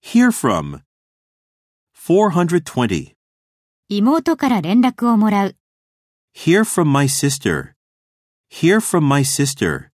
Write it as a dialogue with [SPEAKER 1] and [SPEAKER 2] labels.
[SPEAKER 1] Hear from. 420.
[SPEAKER 2] 妹から連絡をもらう。
[SPEAKER 1] Hear from my sister. Hear from my sister.